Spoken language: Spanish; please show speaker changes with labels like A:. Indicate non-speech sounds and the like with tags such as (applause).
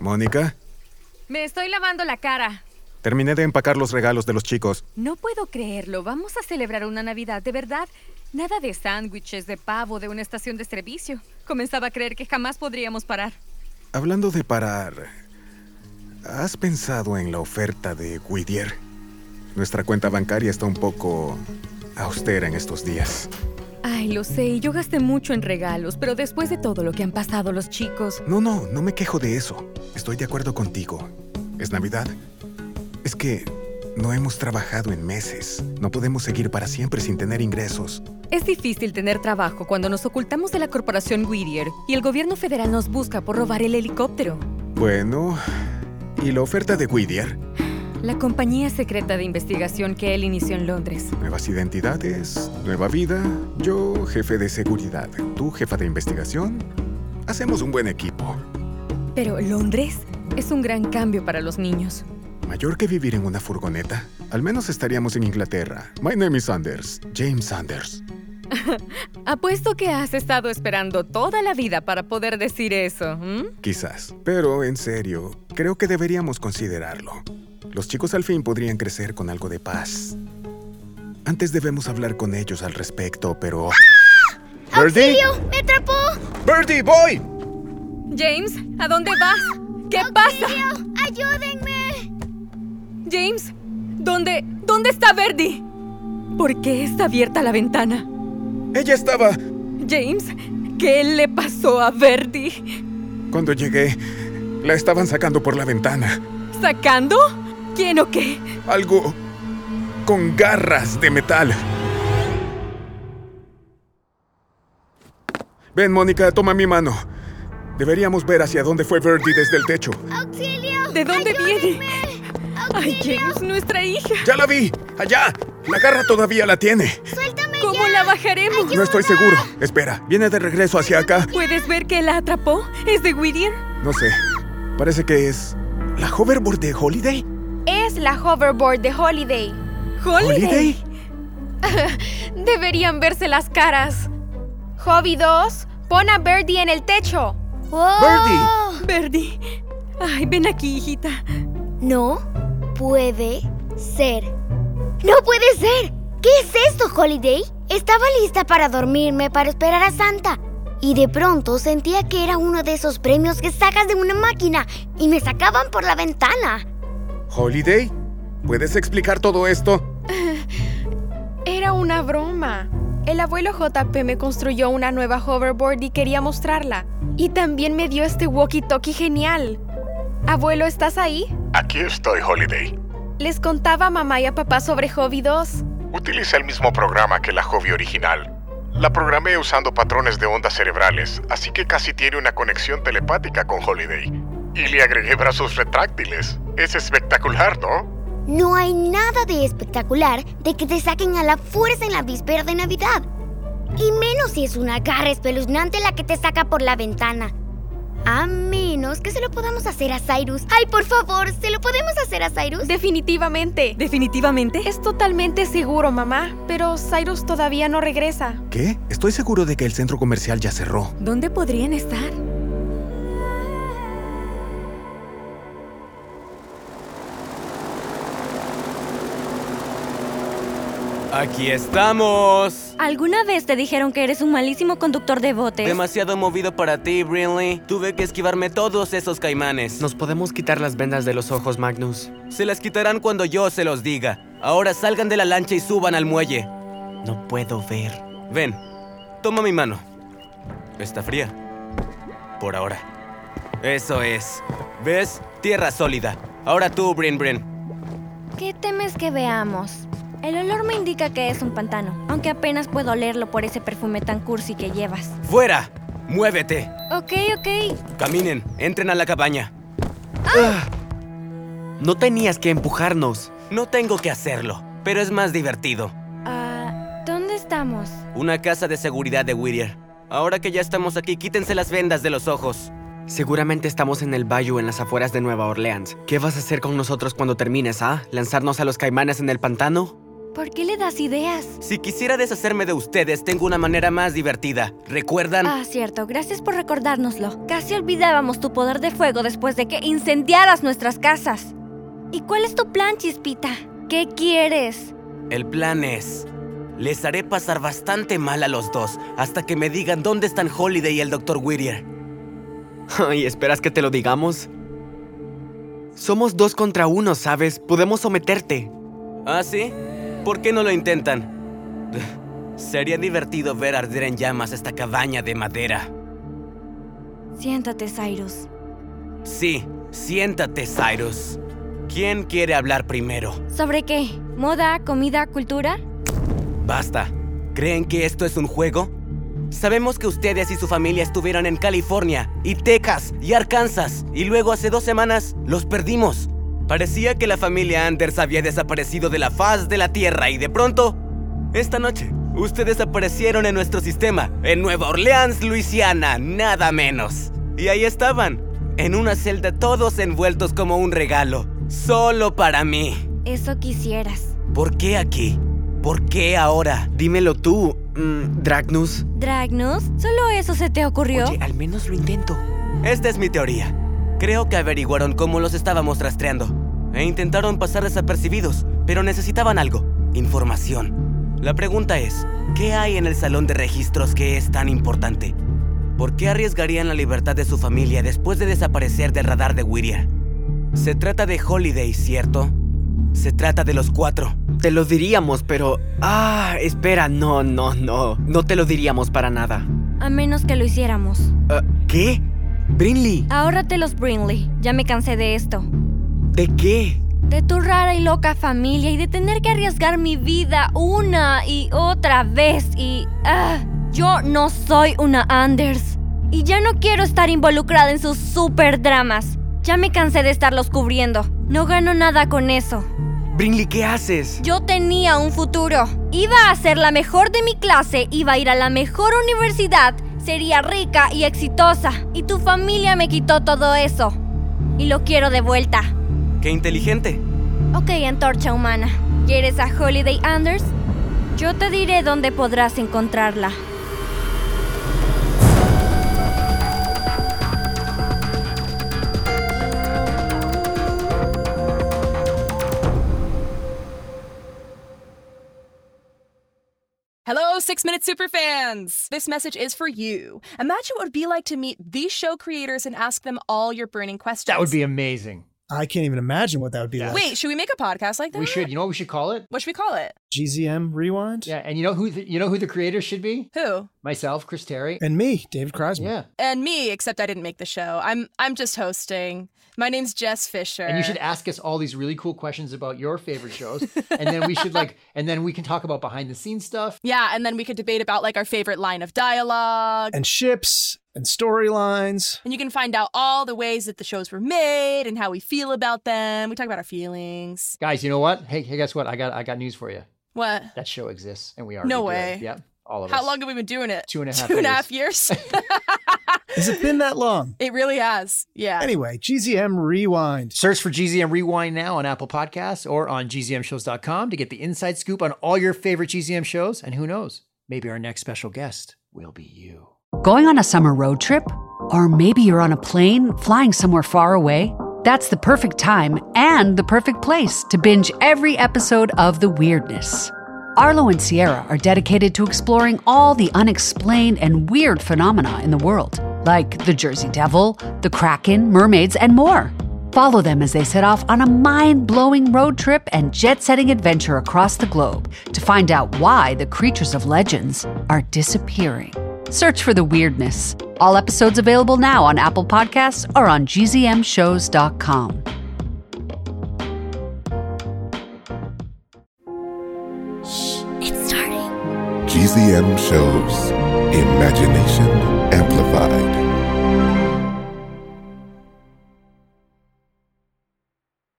A: Mónica,
B: Me estoy lavando la cara.
A: terminé de empacar los regalos de los chicos.
B: No puedo creerlo. Vamos a celebrar una Navidad, de verdad. Nada de sándwiches de pavo de una estación de servicio. Comenzaba a creer que jamás podríamos parar.
A: Hablando de parar, ¿has pensado en la oferta de Whittier? Nuestra cuenta bancaria está un poco austera en estos días.
B: Ay, lo sé, y yo gasté mucho en regalos, pero después de todo lo que han pasado los chicos.
A: No, no, no me quejo de eso. Estoy de acuerdo contigo. Es Navidad. Es que no hemos trabajado en meses. No podemos seguir para siempre sin tener ingresos.
B: Es difícil tener trabajo cuando nos ocultamos de la corporación Whittier y el gobierno federal nos busca por robar el helicóptero.
A: Bueno, ¿y la oferta de Whittier?
B: La compañía secreta de investigación que él inició en Londres.
A: Nuevas identidades, nueva vida. Yo, jefe de seguridad. Tú, jefa de investigación. Hacemos un buen equipo.
B: Pero Londres es un gran cambio para los niños.
A: Mayor que vivir en una furgoneta. Al menos estaríamos en Inglaterra. My name is Sanders. James Sanders.
B: Apuesto que has estado esperando toda la vida para poder decir eso. ¿m?
A: Quizás. Pero en serio, creo que deberíamos considerarlo. Los chicos al fin podrían crecer con algo de paz. Antes debemos hablar con ellos al respecto, pero... ¡Birdie!
C: ¡Ah! ¡Me atrapó!
A: ¡Birdie, voy!
B: James, ¿a dónde vas? ¿Qué pasa?
C: ¡Auxilio! ¡Ayúdenme!
B: James, ¿dónde, dónde está Verdi? ¿Por qué está abierta la ventana?
A: Ella estaba...
B: James, ¿qué le pasó a Verdi?
A: Cuando llegué, la estaban sacando por la ventana.
B: ¿Sacando? ¿Quién o qué?
A: Algo con garras de metal. Ven, Mónica, toma mi mano. Deberíamos ver hacia dónde fue Verdi desde el techo.
C: ¡Auxilio!
B: ¿De dónde viene? Ay,
C: ¡Auxilio!
B: James, nuestra hija.
A: ¡Ya la vi! ¡Allá! La garra todavía la tiene.
C: ¡Suéltame
B: ¿Cómo la bajaremos?
A: No estoy seguro. Espera, ¿viene de regreso hacia acá?
B: ¿Puedes ver que la atrapó? ¿Es de Whittier?
A: No sé. Parece que es. ¿La hoverboard de Holiday?
C: Es la hoverboard de Holiday.
B: ¿Holiday?
C: Deberían verse las caras. Hobby 2, pon a Birdie en el techo.
D: Oh.
A: ¡Birdie!
B: Verdi. Ay, ven aquí, hijita.
D: No puede ser. ¡No puede ser! ¿Qué es esto, Holiday? Estaba lista para dormirme, para esperar a Santa. Y de pronto sentía que era uno de esos premios que sacas de una máquina y me sacaban por la ventana.
A: ¿Holiday? ¿Puedes explicar todo esto?
E: Era una broma. El abuelo JP me construyó una nueva hoverboard y quería mostrarla. Y también me dio este walkie-talkie genial. Abuelo, ¿estás ahí?
F: Aquí estoy, Holiday.
E: Les contaba a mamá y a papá sobre Hobby 2.
F: Utiliza el mismo programa que la Hobby original. La programé usando patrones de ondas cerebrales, así que casi tiene una conexión telepática con Holiday. Y le agregué brazos retráctiles. Es espectacular, ¿no?
D: No hay nada de espectacular de que te saquen a la fuerza en la víspera de Navidad. Y menos si es una garra espeluznante la que te saca por la ventana. A menos que se lo podamos hacer a Cyrus. ¡Ay, por favor! ¿Se lo podemos hacer a Cyrus?
E: Definitivamente.
B: ¿Definitivamente?
E: Es totalmente seguro, mamá. Pero Cyrus todavía no regresa.
A: ¿Qué? Estoy seguro de que el centro comercial ya cerró.
B: ¿Dónde podrían estar?
G: Aquí estamos.
H: ¿Alguna vez te dijeron que eres un malísimo conductor de botes?
G: Demasiado movido para ti, Brinley. Tuve que esquivarme todos esos caimanes. Nos podemos quitar las vendas de los ojos, Magnus. Se las quitarán cuando yo se los diga. Ahora salgan de la lancha y suban al muelle. No puedo ver. Ven, toma mi mano. Está fría. Por ahora. Eso es. ¿Ves? Tierra sólida. Ahora tú, Brin Brin.
H: ¿Qué temes que veamos? El olor me indica que es un pantano, aunque apenas puedo olerlo por ese perfume tan cursi que llevas.
G: ¡Fuera! ¡Muévete!
H: Ok, ok.
G: Caminen, entren a la cabaña. Ah.
I: No tenías que empujarnos.
G: No tengo que hacerlo, pero es más divertido.
H: Ah, ¿Dónde estamos?
G: Una casa de seguridad de Whittier. Ahora que ya estamos aquí, quítense las vendas de los ojos.
I: Seguramente estamos en el Bayou en las afueras de Nueva Orleans. ¿Qué vas a hacer con nosotros cuando termines, ah? ¿Lanzarnos a los caimanes en el pantano?
H: ¿Por qué le das ideas?
G: Si quisiera deshacerme de ustedes, tengo una manera más divertida. ¿Recuerdan?
H: Ah, cierto. Gracias por recordárnoslo. Casi olvidábamos tu poder de fuego después de que incendiaras nuestras casas. ¿Y cuál es tu plan, Chispita? ¿Qué quieres?
G: El plan es... Les haré pasar bastante mal a los dos hasta que me digan dónde están Holiday y el Dr. Whittier.
I: (laughs) ¿Y esperas que te lo digamos? Somos dos contra uno, ¿sabes? Podemos someterte.
G: ¿Ah, sí? ¿Por qué no
I: (laughs)
G: lo intentan? Sería divertido ver arder en llamas esta cabaña de madera.
H: Siéntate, Cyrus.
G: Sí, siéntate, Cyrus. ¿Quién quiere hablar primero?
H: ¿Sobre qué? ¿Moda, comida, cultura?
G: Basta. ¿Creen que esto es un juego? Sabemos que ustedes y su familia estuvieron en California, y Texas, y Arkansas, y luego hace dos semanas los perdimos. Parecía que la familia Anders había desaparecido de la faz de la Tierra y de pronto, esta noche, ustedes aparecieron en nuestro sistema, en Nueva Orleans, Luisiana, nada menos. Y ahí estaban, en una celda todos envueltos como un regalo, solo para mí.
H: Eso quisieras.
G: ¿Por qué aquí? ¿Por qué ahora?
I: Dímelo tú, mm, Dragnus.
H: Dragnus, ¿solo eso se te ocurrió?
I: Oye, al menos lo intento.
G: Esta es mi teoría. Creo que averiguaron cómo los estábamos rastreando e intentaron pasar desapercibidos, pero necesitaban algo, información. La pregunta es, ¿qué hay en el salón de registros que es tan importante? ¿Por qué arriesgarían la libertad de su familia después de desaparecer del radar de Whittier? Se trata de Holiday, ¿cierto? Se trata de los cuatro.
I: Te lo diríamos, pero... Ah, espera, no, no, no. No te lo diríamos para nada.
H: A menos que lo hiciéramos.
I: Uh, ¿Qué? Brinley.
H: Ahórrate los Brinley. Ya me cansé de esto.
I: ¿De qué?
H: De tu rara y loca familia y de tener que arriesgar mi vida una y otra vez y... Ah, yo no soy una Anders. Y ya no quiero estar involucrada en sus super dramas. Ya me cansé de estarlos cubriendo. No gano nada con eso.
I: Brinley, ¿qué haces?
H: Yo tenía un futuro. Iba a ser la mejor de mi clase, iba a ir a la mejor universidad, sería rica y exitosa. Y tu familia me quitó todo eso. Y lo quiero de vuelta.
G: ¡Qué inteligente!
H: Ok, antorcha humana. ¿Quieres a Holiday Anders? Yo te diré dónde podrás encontrarla.
J: Hello, Six Minute Superfans! This message is for you. Imagine what it would be like to meet these show creators and ask them all your burning questions.
K: That would be amazing.
L: I can't even imagine what that would be like.
J: Wait, should we make a podcast like that?
K: We should. You know what we should call it?
J: What should we call it?
L: GZM Rewind.
K: Yeah, and you know who the, you know who the creators should be?
J: Who?
K: Myself, Chris Terry,
L: And me, David Crosby.
K: yeah.
J: And me, except I didn't make the show. I'm I'm just hosting. My name's Jess Fisher.
K: And you should ask us all these really cool questions about your
J: (laughs)
K: favorite shows, and then we should like, and then we can talk about behind the scenes stuff.
J: Yeah, and then we could debate about like our favorite line of dialogue.
L: And ships and storylines.
J: And you can find out all the ways that the shows were made and how we feel about them. We talk about our feelings.
K: Guys, you know what? Hey, hey, guess what? I got I got news for you.
J: What?
K: That show exists, and we are.
J: No way.
K: Yep. All of us.
J: How long have we been doing it?
K: Two and a half
J: Two and a half years.
L: Has it been that long?
J: it really has. Yeah.
L: Anyway, GZM Rewind.
K: Search for GZM Rewind now on Apple Podcasts or on gzmshows.com to get the inside scoop on all your favorite GZM shows. And who knows, maybe our next special guest will be you.
M: Going on a summer road trip? Or maybe you're on a plane flying somewhere far away? That's the perfect time and the perfect place to binge every episode of The Weirdness. Arlo and Sierra are dedicated to exploring all the unexplained and weird phenomena in the world, like the Jersey Devil, the Kraken, mermaids, and more. Follow them as they set off on a mind blowing road trip and jet setting adventure across the globe to find out why the creatures of legends are disappearing. Search for the weirdness. All episodes available now on Apple Podcasts or on gzmshows.com.
D: Shh, it's starting.
N: GZM shows imagination